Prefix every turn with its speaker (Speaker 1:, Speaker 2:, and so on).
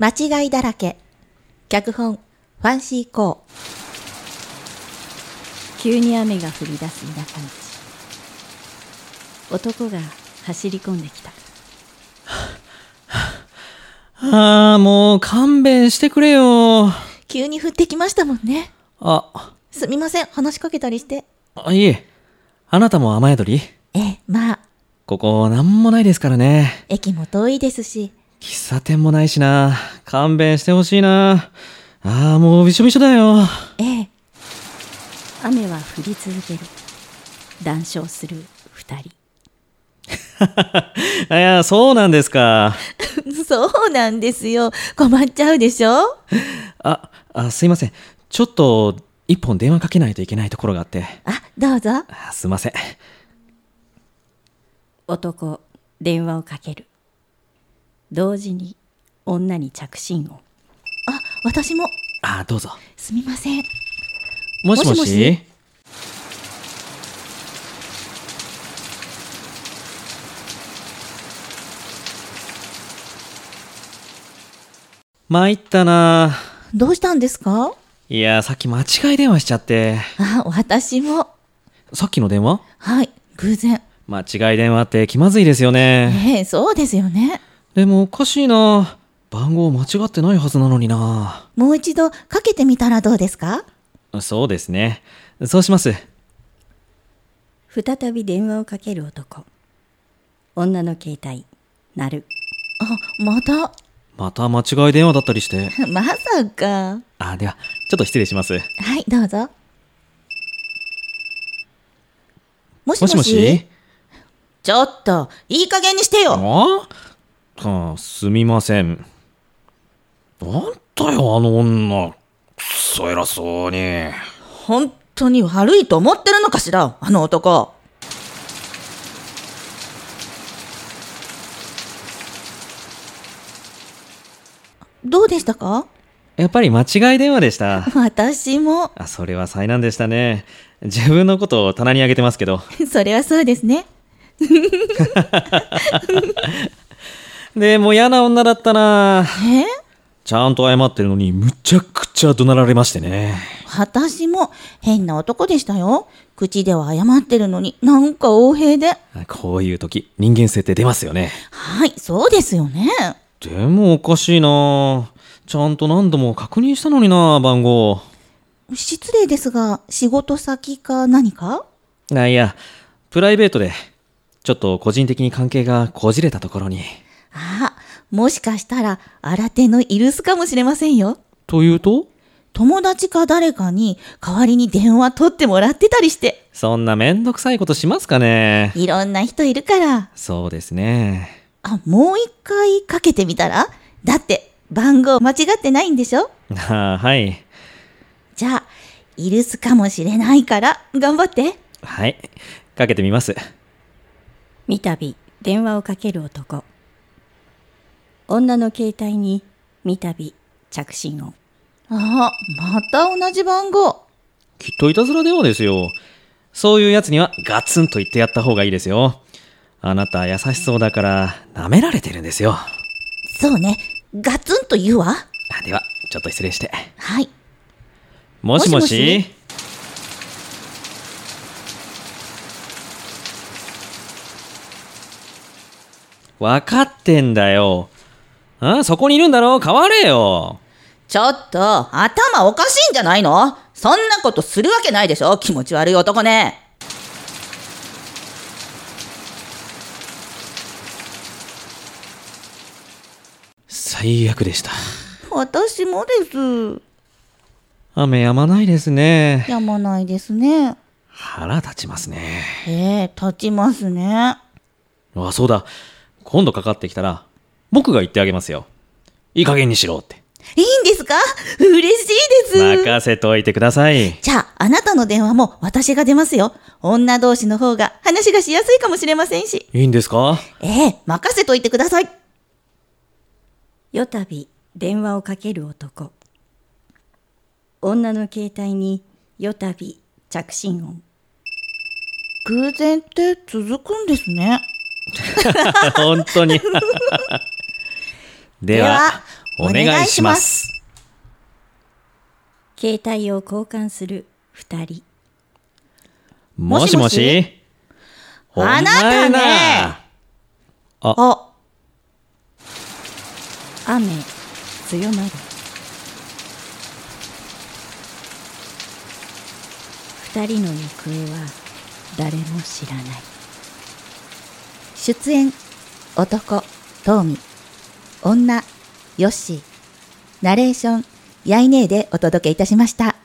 Speaker 1: 間違いだらけ。脚本、ファンシーコー。
Speaker 2: 急に雨が降り出す田舎道男が走り込んできた
Speaker 3: ああ、もう勘弁してくれよ。
Speaker 1: 急に降ってきましたもんね。
Speaker 3: あ、
Speaker 1: すみません、話しかけたりして。
Speaker 3: あいえ。あなたも雨宿り
Speaker 1: ええ、まあ、
Speaker 3: ここなんもないですからね。
Speaker 1: 駅も遠いですし。
Speaker 3: 喫茶店もないしな。勘弁してほしいな。ああ、もうびしょびしょだよ。
Speaker 1: ええ、
Speaker 2: 雨は降り続ける談笑する二人
Speaker 3: いや、そうなんですか。
Speaker 1: そうなんですよ。困っちゃうでしょ
Speaker 3: あ、あすいません。ちょっと、一本電話かけないといけないところがあって。
Speaker 1: あ、どうぞ。
Speaker 3: あすいません。
Speaker 2: 男電話をかける同時に女に着信音
Speaker 1: あ、私も、
Speaker 3: あどうぞ。
Speaker 1: すみません。
Speaker 3: もし
Speaker 1: も
Speaker 3: もし
Speaker 1: しもし
Speaker 3: 参ったな
Speaker 1: どうしたんですか
Speaker 3: いや、さっき間違い電話しちゃって。
Speaker 1: あ、私も。
Speaker 3: さっきの電話
Speaker 1: はい、偶然。
Speaker 3: 間違い電話って気まずいですよね。
Speaker 1: ええ、そうですよね。
Speaker 3: でもおかしいな番号間違ってないはずなのにな
Speaker 1: もう一度かけてみたらどうですか
Speaker 3: そうですね。そうします。
Speaker 2: 再び電話をかける男女の携帯鳴る
Speaker 1: あ、ま た。
Speaker 3: また間違い電話だったりして。
Speaker 1: まさか。
Speaker 3: あ、では、ちょっと失礼します。
Speaker 1: はい、どうぞ。もしも
Speaker 3: も
Speaker 1: し
Speaker 3: しもし
Speaker 1: ちょっと、いい加減にしてよ
Speaker 3: ああすみません。なんだよ、あの女。くそ偉そうに。
Speaker 1: 本当に悪いと思ってるのかしらあの男。どうでしたか
Speaker 3: やっぱり間違い電話でした。
Speaker 1: 私も。
Speaker 3: あ、それは災難でしたね。自分のことを棚に上げてますけど。
Speaker 1: それはそうですね。
Speaker 3: でもう嫌な女だったな
Speaker 1: え
Speaker 3: ちゃんと謝ってるのに、むちゃくちゃ怒鳴られましてね。
Speaker 1: 私も変な男でしたよ。口では謝ってるのになんか横柄で。
Speaker 3: こういう時、人間性って出ますよね。
Speaker 1: はい、そうですよね。
Speaker 3: でもおかしいなちゃんと何度も確認したのにな番号。
Speaker 1: 失礼ですが、仕事先か何か
Speaker 3: あ、いや、プライベートで、ちょっと個人的に関係がこじれたところに。
Speaker 1: ああ、もしかしたら新手のイルスかもしれませんよ。
Speaker 3: というと
Speaker 1: 友達か誰かに代わりに電話取ってもらってたりして。
Speaker 3: そんなめんどくさいことしますかね
Speaker 1: いろんな人いるから。
Speaker 3: そうですね。
Speaker 1: あ、もう一回かけてみたらだって番号間違ってないんでしょ
Speaker 3: ああはい。
Speaker 1: じゃあ、イルスかもしれないから頑張って。
Speaker 3: はい。かけてみます。
Speaker 2: 三度電話をかける男女の携帯に三度着信音
Speaker 1: ああ、また同じ番号。
Speaker 3: きっといたずら電話ですよ。そういうやつにはガツンと言ってやった方がいいですよ。あなた優しそうだから舐められてるんですよ。
Speaker 1: そうね、ガツンと言うわ。
Speaker 3: あでは、ちょっと失礼して。
Speaker 1: はい。
Speaker 3: もしもし
Speaker 1: もしも
Speaker 3: 分かってんだよ。あそこにいるんだろ変われよ。
Speaker 1: ちょっと、頭おかしいんじゃないのそんなことするわけないでしょ気持ち悪い男ね。
Speaker 3: 最悪でした。
Speaker 1: 私もです。
Speaker 3: 雨止まないですね。
Speaker 1: やまないですね。
Speaker 3: 腹立ちますね。
Speaker 1: ええ立ちますね。
Speaker 3: あ、そうだ。今度かかってきたら、僕が言ってあげますよ。いい加減にしろって。
Speaker 1: いいんですか嬉しいです。
Speaker 3: 任せといてください。
Speaker 1: じゃあ、あなたの電話も私が出ますよ。女同士の方が話がしやすいかもしれませんし。
Speaker 3: いいんですか
Speaker 1: ええ任せといてください。
Speaker 2: 夜旅電話をかける男女の携帯に夜旅着信音
Speaker 1: 偶然って続くんですね。
Speaker 3: 本当に。では、お願いします。
Speaker 2: 携帯を交換する二人
Speaker 3: もしもし
Speaker 1: もしあなたね
Speaker 3: お前な
Speaker 1: あ、
Speaker 2: 雨強まる二人の行方は誰も知らない
Speaker 1: 出演、男、トーミ、女、ヨッシー、ナレーション、ヤイネーでお届けいたしました。